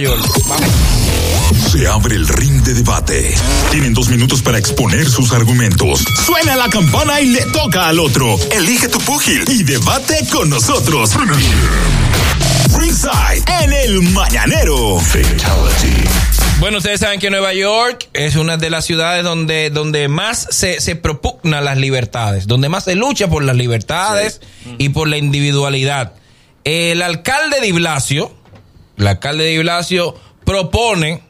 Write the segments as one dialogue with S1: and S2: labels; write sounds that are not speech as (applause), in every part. S1: York. Vamos.
S2: Se abre el ring de debate. Tienen dos minutos para exponer sus argumentos. Suena la campana y le toca al otro. Elige tu púgil y debate con nosotros. Ringside en el mañanero.
S1: Bueno, ustedes saben que Nueva York es una de las ciudades donde, donde más se, se propugnan las libertades, donde más se lucha por las libertades y por la individualidad. El alcalde de Blasio, el alcalde de Blasio propone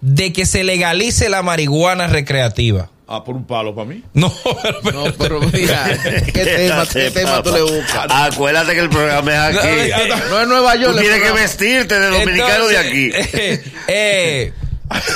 S1: de que se legalice la marihuana recreativa. (laughs)
S3: Ah, por un palo para mí.
S1: No, pero,
S4: No, pero mira, ¿qué
S5: (laughs)
S4: tema, qué tema tú le buscas?
S5: Acuérdate que el programa es aquí.
S1: No,
S4: No es Nueva
S5: Tú
S4: York. el
S5: tienes que
S4: programa.
S5: vestirte de dominicano de aquí.
S1: Entonces, (laughs) eh, eh,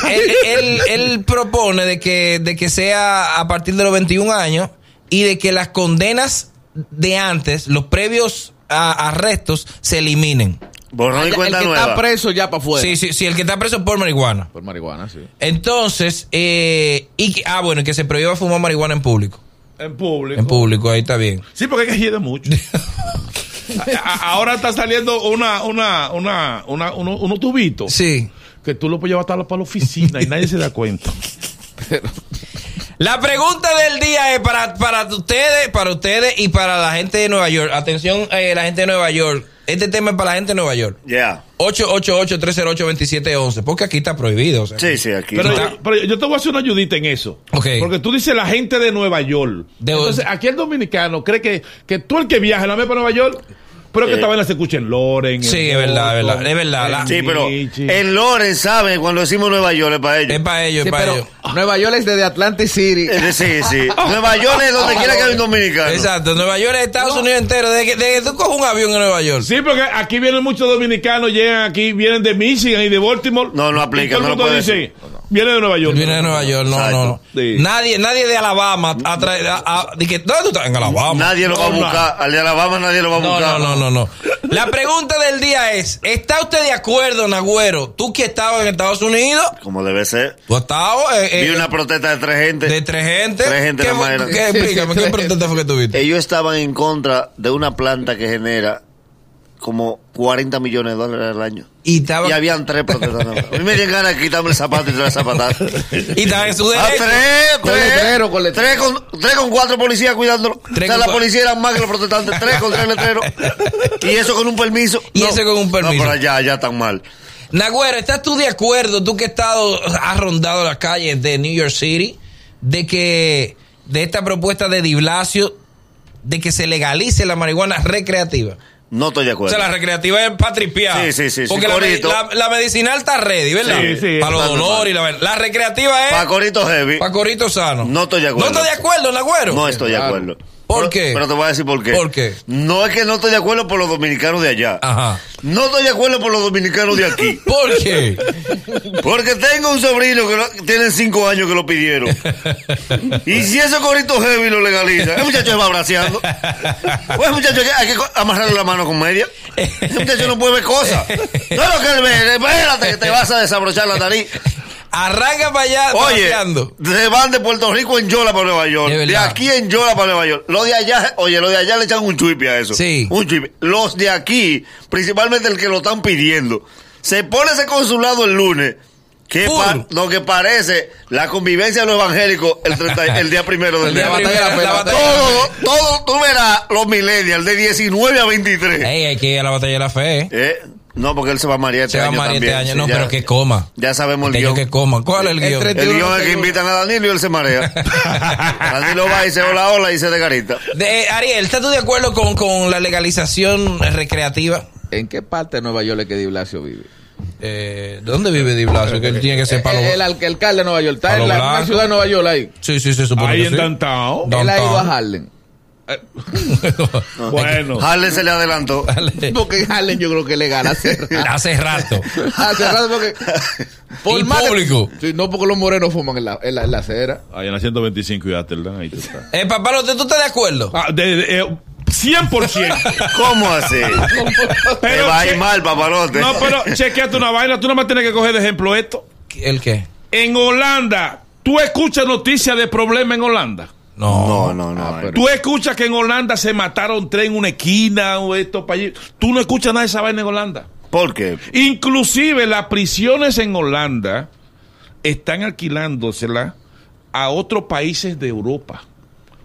S1: él, él- él propone de que, de que sea a partir de los 21 años y de que las condenas de antes, los previos a- arrestos, se eliminen.
S5: Borrón y
S4: Ya, El
S5: cuenta
S4: que
S5: nueva.
S4: está preso ya para afuera.
S1: Sí, sí, sí, el que está preso por marihuana.
S4: Por marihuana, sí.
S1: Entonces, eh, y, que- ah, bueno, y que se prohíba fumar marihuana en público.
S3: En público.
S1: En público, ahí está bien.
S3: Sí, porque es que
S1: (laughs)
S3: hiede mucho. A- a- ahora está saliendo una, una, una, una, uno, unos tubitos
S1: Sí.
S3: que tú lo puedes llevar hasta la- para la oficina y nadie se da cuenta.
S1: (laughs) La pregunta del día es para, para ustedes, para ustedes y para la gente de Nueva York. Atención, eh, la gente de Nueva York. Este tema es para la gente de Nueva York.
S5: Ya.
S1: 888-308-2711. Porque aquí está prohibido. o sea.
S5: Sí, sí, aquí.
S3: Pero,
S5: No.
S3: yo- pero yo te voy a hacer una ayudita en eso.
S1: Ok.
S3: Porque tú dices la gente de Nueva York.
S1: De-
S3: Entonces, aquí el dominicano cree que, que tú el que viaja no me para Nueva York, pero que
S5: Eh.
S3: esta vez la se escucha en Loren.
S1: Sí,
S3: en
S1: es verdad, es
S3: Boston,
S1: verdad, es verdad. La-
S3: en
S5: Sí, pero
S3: Michi.
S5: en Loren, ¿saben? Cuando decimos Nueva York es para
S1: Es
S5: ellos.
S1: para ellos,
S4: Sí,
S1: es para
S4: pero
S1: ellos.
S4: Nueva York es desde Atlantic City.
S5: Es decir, sí. Nueva York es donde quiera que hay un dominicano.
S1: Exacto, Nueva York es Estados Unidos entero. Desde que, desde que tú coges un avión en Nueva York.
S3: Sí, porque aquí vienen muchos dominicanos, llegan aquí, vienen de Michigan y de Baltimore.
S5: No, no aplica,
S3: Y todo el
S5: no lo
S3: mundo
S5: puede
S3: dice,
S5: decir.
S3: viene de Nueva York.
S1: Viene de Nueva York, no, no, no.
S5: Exacto. Mm.
S3: Sí.
S1: Nadie, nadie de Alabama ha traído- ha- ha- di que, ¿Dónde tú estás? En Alabama.
S5: Nadie lo va a
S3: No, no.
S5: buscar. Al de Alabama nadie lo va a
S1: No,
S5: buscar.
S1: no, no, no, no. La pregunta del día es: ¿Está usted de acuerdo, Nagüero? Tú que estabas en Estados Unidos,
S5: Como debe ser.
S1: tú has estado eh, eh,
S5: Vi una protesta de tres gente.
S1: de tres gente.
S5: Tres gente
S1: ¿Qué
S5: nada más
S1: fue-
S5: era. Eh,
S1: qué- explícame, ¿qué protesta fue que tuviste?
S5: Ellos estaban en contra de una planta que genera como 40 millones de dólares al año.
S1: Y estaba,
S5: Y habían tres
S1: (laughs)
S5: protestando. A mí me dieron ganas de quitarme el zapato y tres zapatas.
S1: y estaba en su
S5: Ah,
S1: derecho.
S5: tres,
S4: Coletero,
S5: tres,
S4: coletero.
S5: tres con, tres con cuatro policías cuidándolo.
S1: Tres
S5: o sea,
S1: con
S5: la
S1: cua-
S5: policía eran más que los protestantes. Tres con tres letreros. Y eso con un permiso.
S1: (laughs) Y eso con un permiso.
S5: No, pero allá, allá tan mal.
S1: Nagüero, ¿estás tú de acuerdo, tú que has, estado, has rondado las calles de New York City, de que de esta propuesta de Di Blasio de que se legalice la marihuana recreativa?
S5: No estoy de
S1: O
S5: acuerdo.
S1: sea, la recreativa es para tripear.
S5: Sí, sí, sí, sí,
S1: Porque la,
S5: corito.
S1: la- la medicinal está ready, ¿verdad?
S3: Sí, sí.
S1: Para los
S5: Está
S1: dolores y la verdad. La recreativa es
S5: Pacorito Heavy.
S1: para corito sano.
S5: No estoy de acuerdo.
S1: ¿No estás de acuerdo, Nagüero?
S5: No estoy de acuerdo.
S1: ¿Por
S5: Pero-
S1: qué?
S5: Pero te voy a decir por qué.
S1: ¿Por qué? Ah.
S5: No es que no estoy de acuerdo por los dominicanos de allá.
S1: Ajá.
S5: No estoy de acuerdo por los dominicanos
S1: (laughs)
S5: de aquí. (laughs)
S1: ¿Por qué?
S5: Porque tengo un sobrino que lo- tiene cinco años que lo pidieron. Y si ese corito heavy lo legaliza, el muchacho se va abraceando. Pues el muchacho que hay que co- amarrarle la mano con media. Ese muchacho no puede ver cosas. No lo que él ve, espérate que te vas a desabrochar la nariz.
S1: Arranca para allá
S5: Oye,
S1: trapeando.
S5: se van de Puerto Rico en Yola para Nueva York.
S1: Es
S5: De
S1: verdad.
S5: aquí en Yola para Nueva York. Los de allá, oye, los de allá le echan un chuipi a eso.
S1: Sí.
S5: Un chuipi. Los de aquí, principalmente el que lo están pidiendo, se pone ese consulado el lunes. Que
S1: Full.
S5: pa- lo que parece la convivencia de los evangélicos el, 30 el día primero
S1: El
S5: del
S1: día
S5: día.
S1: primero, la batalla de la
S5: Todo, todo, tú verás los millennials de 19 a 23.
S1: Ey, hay que ir a la batalla de la fe. ¿eh?
S5: Eh, no, porque él se va a marear este
S1: Se va a
S5: año
S1: marear este
S5: también.
S1: año.
S5: Sí,
S1: No,
S5: ya-
S1: pero que coma.
S5: Ya sabemos el
S1: Este año
S5: guión.
S1: que coma. ¿Cuál es el guión?
S4: Entre-
S5: El guión es que invitan a Danilo y él se marea. Danilo va y dice hola, hola y dice de carita.
S1: De- eh, Ariel, ¿estás tú de acuerdo con, con la legalización recreativa?
S4: ¿En qué parte de Nueva York es que Di Blasio vive?
S1: Eh, ¿Dónde vive Di Blasio? Que él tiene que ser
S4: Eh,
S1: palo.
S4: eh, el, al- alcalde de Nueva York. Está
S1: Palo
S4: en la
S1: Blanco.
S4: misma ciudad de Nueva York ahí.
S1: Sí, sí, se supone
S3: Ahí
S1: que
S3: en
S1: sí. (laughs)
S3: Downtown.
S1: No.
S4: Él ha ido
S1: Downtown.
S4: a Harlem.
S3: Bueno.
S5: Harley se le adelantó.
S4: Porque en Harlem yo creo que le gana hacer
S1: Hace rato.
S4: Hace rato porque.
S1: Y
S4: más que-
S1: público.
S4: Sí, no, porque los morenos fuman en la, en la, en la acera.
S3: Ahí en la 125 y Atherland, ahí tú estás.
S1: Eh, papá, ¿tú tú estás de acuerdo?
S3: Ah, de, de- eh,
S5: (laughs)
S3: 100%.
S5: ¿Cómo así? Te
S3: pero
S5: va a
S3: che-
S5: ir mal, papalote.
S3: no, pero chequeate una vaina. Tú no más tienes que coger de ejemplo esto.
S1: ¿El qué?
S3: En Holanda, tú escuchas noticias de problemas en Holanda.
S1: No.
S5: No, no, no.
S4: Ah, pero-
S3: Tú escuchas que en Holanda se mataron tres en una esquina o esto para allí. Tú no escuchas nada de esa vaina en Holanda.
S5: ¿Por qué?
S3: Inclusive las prisiones en Holanda están alquilándosela a otros países de Europa.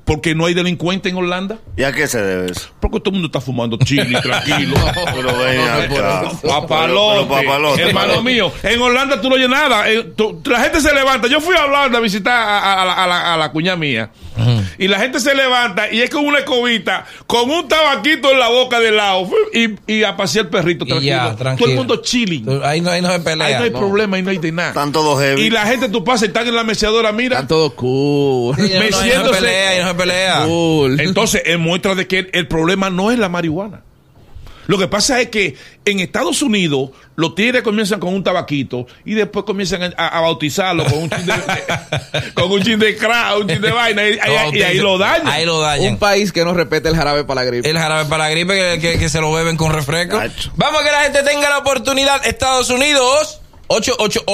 S3: Porque no hay delincuente en Holanda.
S5: ¿Y a qué se debe eso?
S3: Porque todo el mundo está fumando chili, tranquilo.
S5: Pero ven acá.
S3: Papalote,
S5: Pero- pero papalote,
S3: hermano
S5: papalote.
S3: mío, en Holanda tú no oyes nada. eh, tú- la gente se levanta. Yo fui a Holanda a visitar a, a- a la, a la- a la cuña mía. Y la gente se levanta y es con una escobita, con un tabaquito en la boca de lado. Y, y a pasear el perrito
S1: Y
S3: tranquilo.
S1: ya, tranquilo.
S3: Todo el mundo chilling.
S1: Ahí no, ahí no se pelea.
S3: Ahí no hay
S1: no.
S3: problema, ahí no hay de nada.
S5: Están todos heavy.
S3: Y la gente tú pasas y están en la meceadora, mira.
S4: Están todos cool.
S1: Ahí no- ahí no
S3: Meciéndose-
S1: se pelea, ahí no se pelea.
S3: Uh,
S4: Cool.
S3: Entonces, es muestra de que el, el problema no es la marihuana. Lo que pasa es que en Estados Unidos los tigres comienzan con un tabaquito y después comienzan a, a- a bautizarlo con un chin de,
S1: (laughs)
S3: de- con un chin de crack, un chin de vaina y, y-
S1: No,
S3: y ahí lo dañan.
S1: Ahí lo
S4: Un
S1: dañan.
S4: país que no respeta el jarabe para la gripe.
S1: El jarabe para la gripe que, que- que se lo beben con refresco.
S5: Nacho.
S1: Vamos a que la gente tenga la oportunidad. Estados Unidos,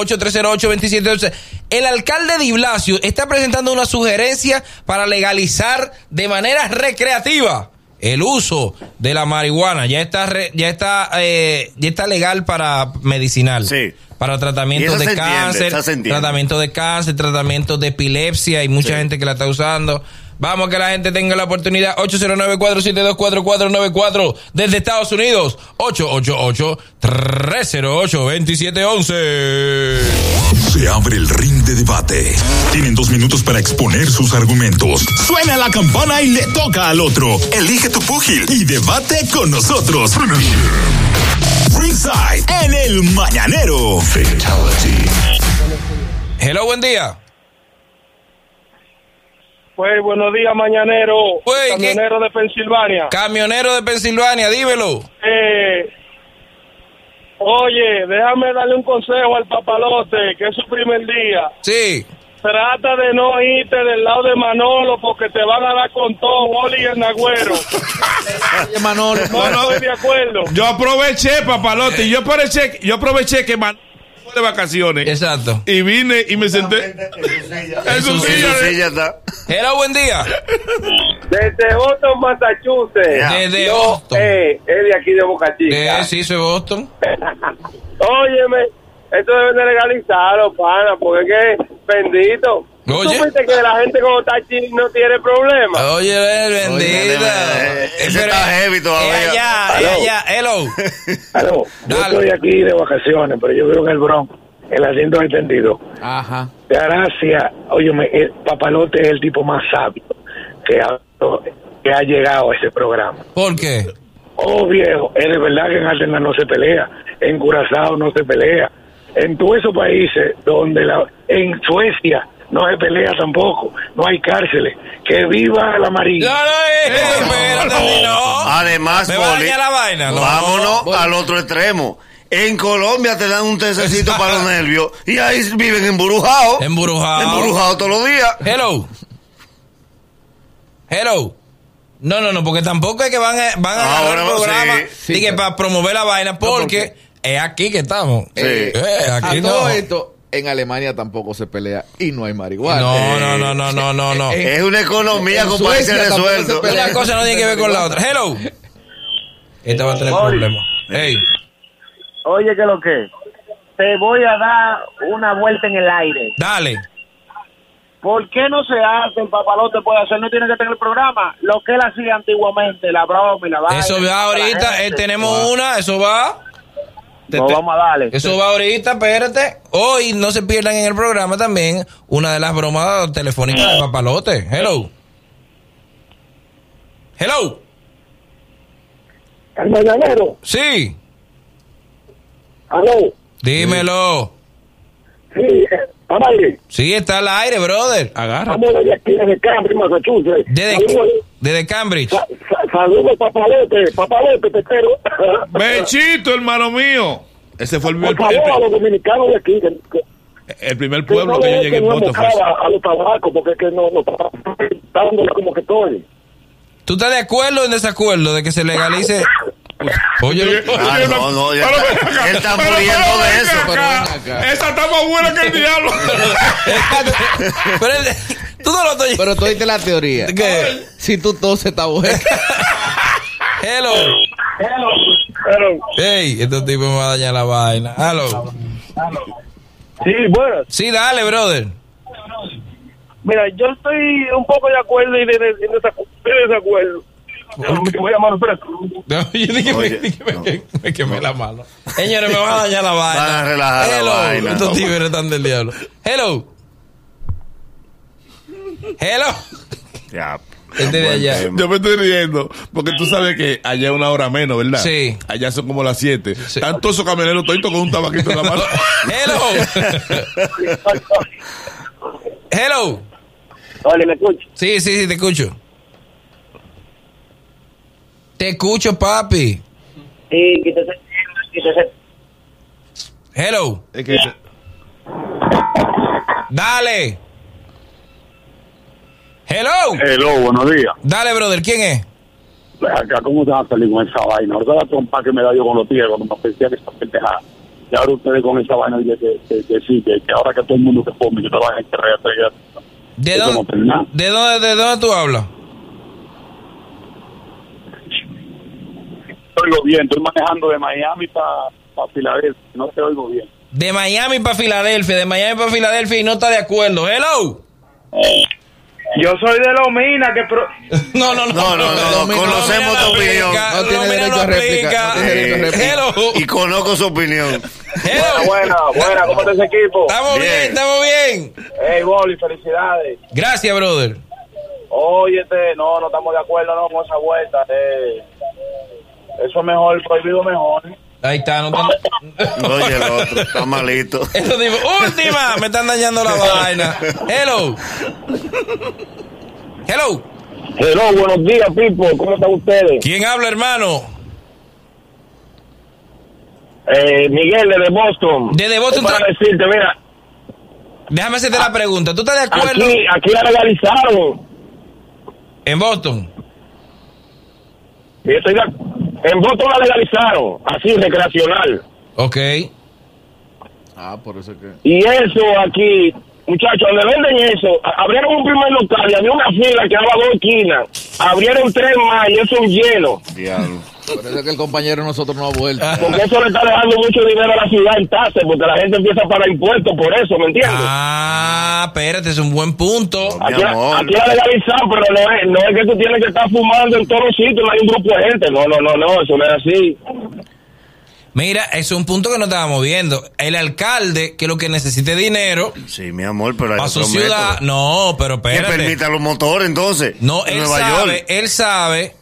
S1: 888-308-2711. El alcalde de Iblacio está presentando una sugerencia para legalizar de manera recreativa el uso de la marihuana. Ya está, re- ya está, eh, ya está legal para medicinal.
S5: Sí.
S1: Para
S5: Y
S1: tratamientos
S5: esa
S1: de
S5: se entiende,
S1: cáncer,
S5: esa se entiende.
S1: tratamiento de cáncer, tratamiento de epilepsia y mucha gente que la está usando. Vamos a que la gente tenga la oportunidad. 809-472-4494 desde Estados Unidos. 888-308-2711.
S2: Se abre el ring de debate. Tienen dos minutos para exponer sus argumentos. Suena la campana y le toca al otro. Elige tu púgil y debate con nosotros. Ringside en el mañanero.
S1: Hello, buen día.
S6: Pues buenos días, mañanero,
S1: Güey,
S6: camionero de Pensilvania.
S1: Camionero de Pensilvania, dímelo.
S6: Eh, oye, déjame darle un consejo al papalote, que es su primer día.
S1: Sí.
S6: Trata de no irte del lado de Manolo porque te van a dar con todo, Oli y el Nagüero.
S4: Oye, Manolo.
S6: No, no estoy de acuerdo.
S3: Yo aproveché, papalote, y yo aproveché, yo aproveché que man fue de vacaciones
S1: Exacto.
S3: y vine y me senté en su
S5: Eso sí,
S3: silla.
S5: ya está.
S1: Hello, buen día.
S6: Desde Boston, Massachusetts.
S5: Ya.
S1: Desde
S6: Yo,
S1: Boston.
S6: eh, es de aquí de Boca Chica.
S1: Eh, sí, soy Boston.
S6: Óyeme, esto deben de legalizarlo, pana, porque es que, bendito. ¿Tú
S1: Oye. Ah.
S6: supiste que la gente como está chill no tiene problema?
S1: Oye, ve,
S5: Oye,
S1: bendita.
S5: eh, ese está heavy todavía.
S1: Es allá, es allá. Hello.
S7: Aló, yo
S1: Dale.
S7: estoy aquí de vacaciones, pero yo vivo en el Bronx, en la hacienda del tendido.
S4: Ajá.
S7: De Gracia, óyeme, el papalote es el tipo más sabio que ha, que ha llegado a este programa.
S1: ¿Por qué?
S7: Oh, viejo, es de verdad que en Altena no se pelea, en Curazao no se pelea, en todos esos países donde la... En Suecia no se pelea tampoco, no hay cárceles. ¡Que viva la
S1: No,
S7: Marina!
S1: no, eh, espérate,
S3: no.
S1: ni no.
S5: Además,
S1: Me va a
S5: Boli,
S1: dañar la vaina, no.
S5: vámonos al otro extremo. En Colombia te dan un tececito para los nervios y ahí viven embrujados.
S1: Embrujado.
S5: Embrujados todos los días.
S1: Hello. Hello. No, no, no, porque tampoco es que van a, van a agarrar
S5: Ahora
S1: el
S5: sí.
S1: programa
S4: Sí,
S1: y que
S4: claro.
S1: para promover la vaina, porque es aquí que estamos.
S5: Sí.
S1: Eh, aquí
S4: a
S1: no.
S4: todo esto, en Alemania tampoco se pelea y no hay marihuana.
S1: No, no, no, no, no, no, no.
S4: Eh,
S5: Es una economía
S4: En
S5: con
S4: Suecia
S5: países
S4: tampoco se
S5: resueltos.
S4: pelea.
S1: Una cosa no tiene que ver con la otra. Hello. Esta va a tener
S6: Oye.
S1: problemas. Hey.
S6: Oye, ¿qué lo que? Te voy a dar una vuelta en el aire.
S1: Dale.
S6: ¿Por qué no se hace? El papalote puede hacer, no tiene que tener el programa. Lo que él hacía antiguamente, la broma y la vaina.
S1: Eso va ahorita. eh, tenemos una. Eso va.
S6: No, vamos a darle.
S1: Eso va ahorita, espérate. Hoy no se pierdan en el programa también una de las bromas telefónicas de Papalote. Hello. Hello.
S7: ¡El mañanero!
S1: Sí.
S7: ¡Aló!
S1: Dímelo.
S7: Sí, eh, al aire.
S1: Sí, está al aire, brother.
S3: Agarra.
S7: Estamos desde aquí, desde Cambridge, Massachusetts.
S1: Desde,
S7: Saludos,
S1: desde Cambridge.
S7: sa- sa- saludos, papalote, papalote, te espero.
S3: Bechito, hermano mío. Ese fue el,
S7: Por
S3: el-
S7: favor, a los dominicanos de aquí, que, que-
S3: el primer
S7: que
S3: pueblo
S7: no
S3: que yo
S7: le
S3: llegué
S7: echen
S3: en pues.
S7: una
S3: moto. Fue ese.
S7: mojada a los tabacos, porque es que no, no, dándola como que estoy.
S1: ¿Tú estás de acuerdo o en desacuerdo de que se legalice? (laughs) Oye,
S5: Ah, no, no, ya está. Él está muriendo de eso.
S4: pero ven acá.
S3: Esa está más buena que el diablo.
S1: pero el- tú no lo estoy.
S4: Pero tú oíste la teoría.
S1: ¿Qué?
S4: Si tú toses, está bueno.
S1: Hello.
S7: Pero,
S1: Ey, estos tipos me van a dañar la vaina. Aló.
S7: sí, buenas.
S1: Sí, dale, brother.
S7: Mira, yo estoy un poco de acuerdo y de, de- de desacu- de desacuerdo. Te voy a llamar, espérate. (laughs)
S1: No, (laughs) yo dije,
S5: Oye,
S1: me, dije, me-
S5: no.
S1: que- me quemé la mano. Señores, me van a dañar la vaina.
S5: Van a relajar la
S1: Hello.
S5: vaina.
S1: Estos tíberes están del diablo. Hello. Hello.
S5: Ya.
S1: Este de allá.
S3: (laughs) Yo me estoy riendo porque tú sabes que allá es una hora menos, ¿verdad?
S1: Sí.
S3: Allá son como las 7.
S1: Sí.
S3: Tanto esos camioneros toditos con un tabaquito en la mano.
S5: (laughs)
S1: Hello. Hello.
S6: Oye, me escucho.
S1: Sí, sí, sí, te escucho. Te escucho, papi.
S6: Sí, que te- que te-
S1: Hello.
S3: (laughs) Es que-
S1: Dale. Hello.
S7: Hello, buenos días.
S1: Dale, brother. ¿Quién es?
S7: Pues, Acá, ¿cómo te vas a salir con esa vaina? Ahorita la trompa que me da yo con los tíos cuando me pensé que esta pendejada. Y ahora ustedes con esa vaina dicen que, que, que sí, que, que ahora que todo el mundo que come, que te van a enterrar, te van a-
S1: ¿De
S7: Eso no tiene
S1: dónde,
S7: nada.
S1: ¿De dónde, de dónde tú hablas?
S7: te oigo bien, estoy manejando de Miami para pa Filadelfia, no te oigo bien.
S1: De Miami para Filadelfia, de Miami para Filadelfia y no está de acuerdo. Hello.
S6: Yo soy de Lomina, que pro-
S1: (laughs) No, no, no.
S5: No, no, no, no, conocemos tu opinión.
S1: aplica,
S4: No tiene
S1: Romina
S4: derecho a
S1: aplica.
S4: réplica, no tiene derecho a réplica.
S1: Hello.
S5: Y conozco su opinión.
S1: Hello.
S6: Buena, buena, ¿cómo está ese equipo?
S1: Estamos bien.
S5: Bien.
S1: estamos bien.
S6: Hey, Boli, felicidades.
S1: Gracias, brother.
S6: Óyete, no, no estamos de acuerdo no, con esa vuelta. eh. Eso es mejor, prohibido mejor.
S1: Ahí está, no tan-
S5: Oye, el
S1: (laughs)
S5: otro está malito.
S1: Eso digo, última, me están dañando la vaina. Hello. Hello.
S7: Hello, buenos días, Pipo, ¿cómo están ustedes?
S1: ¿Quién habla, hermano?
S7: Eh, Miguel, desde Boston.
S1: Desde Boston,
S7: Es para
S1: tra-
S7: decirte, mira,
S1: Déjame hacerte la pregunta. ¿Tú estás de acuerdo
S7: aquí, aquí la legalizaron.
S1: en Boston?
S7: Y estoy de- en Boston la legalizaron, así, recreacional.
S1: Ok.
S4: Ah, por eso que.
S7: Y eso aquí, muchachos, le venden eso. A- Abrieron un primer local y había una fila que daba dos esquinas. Abrieron tres más y eso es un lleno.
S5: Diablo.
S4: (laughs) Por eso que el compañero de nosotros no ha vuelto.
S1: Ah,
S7: Porque eso le está dejando mucho dinero a la ciudad en tasas, porque la gente empieza a pagar impuestos por eso, ¿me entiendes?
S1: Ah, espérate, es un buen punto.
S5: Mi
S7: Aquí, la-
S5: amor.
S7: aquí la legalizan, pero no es, no es que tú tienes que estar fumando en todos sitios, no hay un grupo de gente. No, no, no, no, eso no es así.
S1: Mira, es un punto que no estábamos viendo. El alcalde, que lo que necesite dinero
S5: Sí, mi amor, pero hay
S1: a su
S5: otro
S1: ciudad.
S5: método.
S1: No, pero
S5: Que
S1: espérate.
S5: permita los motores, entonces.
S1: No,
S5: en
S1: él
S5: Nueva
S1: sabe,
S5: York.
S1: él sabe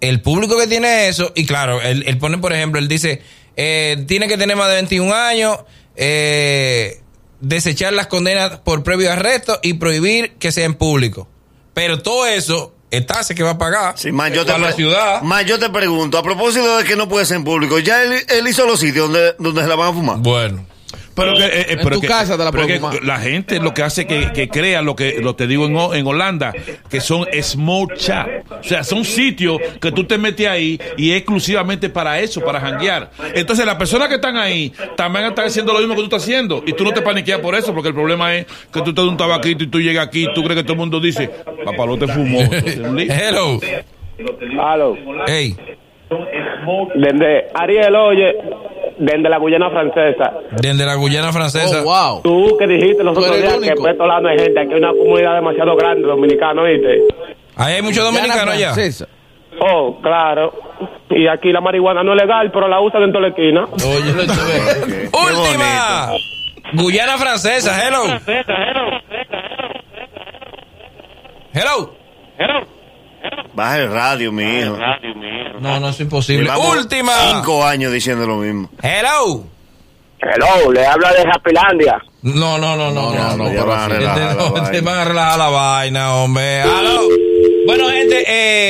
S1: el público que tiene eso. Y claro, él, él pone, por ejemplo, él dice, eh, tiene que tener más de 21 años, eh, desechar las condenas por previo arresto y prohibir que sea en público. Pero todo eso, el tasa que va a pagar
S5: Sí, más yo, te
S1: a la
S5: pre-
S1: ciudad.
S5: más yo te pregunto, a propósito de que no puede ser en público, ya él, él hizo los sitios donde, donde se la van a fumar.
S1: Bueno.
S3: Pero que, eh, eh,
S4: En
S3: pero
S4: tu
S3: que-
S4: casa te la
S3: pero
S4: puedes
S3: que
S4: fumar.
S3: La gente lo que hace que, que crea lo que lo te digo en, Ho- en Holanda, que son smoke shop. O sea, son sitios que tú te metes ahí y es exclusivamente para eso, para janguear. Entonces, las personas que están ahí también están haciendo lo mismo que tú estás haciendo. Y tú no te paniqueas por eso, porque el problema es que tú te das un tabaquito y tú llegas aquí y tú crees que todo el mundo dice, papalote fumó.
S4: (laughs)
S3: Entonces, un lío.
S1: Hello.
S6: Aló.
S1: Hey.
S6: Desde Ariel, oye, desde la Guyana francesa.
S1: Desde la Guyana francesa.
S4: Oh, wow.
S6: Tú que dijiste los
S4: Tú
S6: otros
S4: eres
S6: días
S4: el
S6: que
S4: único.
S6: Puerto Lano hay gente, aquí hay una comunidad demasiado grande dominicana, ¿viste?
S1: Ahí hay muchos dominicanos
S4: Guyana
S1: ya.
S4: francesa.
S6: Oh, claro. Y aquí la marihuana no es legal, pero la usan en toda la esquina.
S4: Oye, lo tuve.
S1: (laughs) Última. Guyana francesa, hello. Hello.
S5: Baja el radio, mi hijo.
S1: No, no es imposible.
S5: Llevamos
S1: Última.
S5: Cinco años diciendo lo mismo.
S1: Hello.
S7: Hello, le habla de Japilandia.
S1: No, no, no, no, no.
S5: Ya,
S1: no.
S5: ya
S4: pero
S5: van a
S4: así.
S5: relajar
S1: (laughs) Este,
S5: la
S1: no,
S5: vaina.
S1: te van a relajar la vaina, hombre. Hello. Bueno, gente,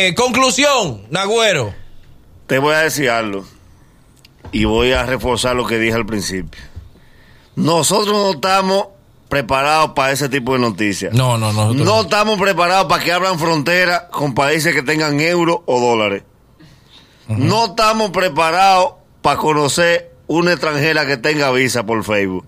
S1: eh, conclusión, Nagüero.
S5: Te voy a decir algo y voy a reforzar lo que dije al principio. Nosotros no estamos preparados para ese tipo de noticias.
S1: No, no, nosotros
S5: No
S1: no.
S5: estamos preparados para que abran fronteras con países que tengan euros o dólares. No estamos preparados para conocer una extranjera que tenga visa por Facebook.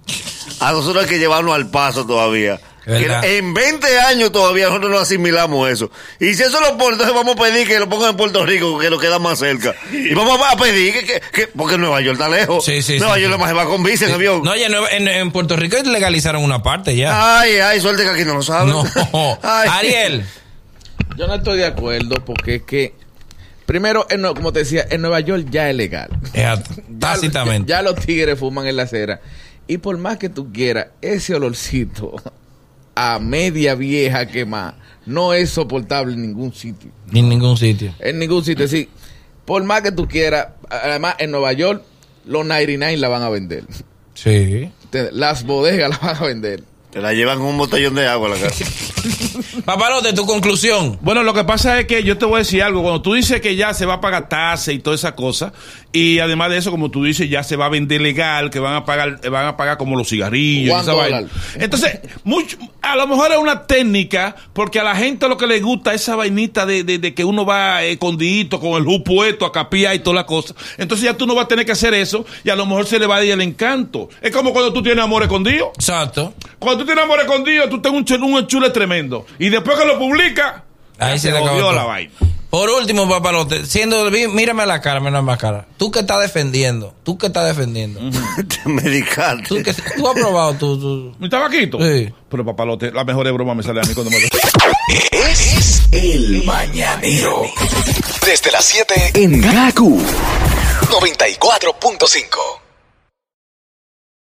S5: A nosotros hay que llevarnos al paso todavía. Que
S1: ¿Verdad?
S5: en 20 años todavía nosotros no asimilamos eso. Y si eso lo ponen, entonces vamos a pedir que lo pongan en Puerto Rico, que lo queda más cerca. Y vamos a pedir que, que- que- porque Nueva York está lejos.
S1: Sí, sí,
S5: Nueva
S1: sí,
S5: York
S1: sí.
S5: nada más se va con bici en avión.
S1: No, ya no- en, en Puerto Rico legalizaron una parte ya.
S5: Ay, ay, suerte que aquí no lo saben.
S1: no.
S5: Ah, (laughs) Ay.
S1: Ariel.
S4: Yo no estoy de acuerdo porque es que, primero, en Nue- como te decía, en Nueva York ya es legal.
S1: eh,
S4: Ya-
S1: Tácitamente.
S4: Ya, los tigres fuman en la acera. Y por más que tú quieras, ese olorcito a media vieja quemada no es soportable en ningún sitio.
S1: Ni en ningún sitio.
S4: En ningún sitio, sí. Por más que tú quieras, además en Nueva York, los 99 la van a vender. (laughs)
S1: Sí.
S4: Te- Las bodegas la van a vender.
S5: Te la llevan con un botellón de
S1: (laughs)
S5: agua a la casa.
S1: Papalote, tu conclusión.
S3: Bueno, lo que pasa es que yo te voy a decir algo. Cuando tú dices que ya se va a pagar tasa y toda esa cosa, y además de eso, como tú dices, ya se va a vender legal, que van a pagar, eh, van a pagar como los cigarrillos. y
S4: One
S3: esa vaina.
S4: dollar.
S3: Entonces, mucho, a lo mejor es una técnica, porque a la gente lo que le gusta es esa vainita de, de- de que uno va eh, escondidito con el hood puesto a capilla y toda la cosa. Entonces ya tú no vas a tener que hacer eso, y a lo mejor se le va a ir el encanto. Es como cuando tú tienes amor escondido.
S1: Exacto.
S3: Cuando tú tienes amor escondido, tú tienes un chul- un enchule tremendo. Y después que lo publica,
S1: Ahí
S3: ya
S1: se te acabó
S3: jodió
S1: todo.
S3: la vaina.
S1: Por último, papalote, siendo, mí- mírame a la cara, mírame a la cara. Tú que estás defendiendo, tú que estás defendiendo.
S5: (laughs) Te medicaste.
S1: Tú, que, tú has probado tú, tú.
S3: ¿Mi tabaquito?
S1: Sí.
S3: Pero papalote, la mejor broma me sale a mí cuando me lo...
S2: Es el mañanero. Desde las 7 en Gaku 94.5.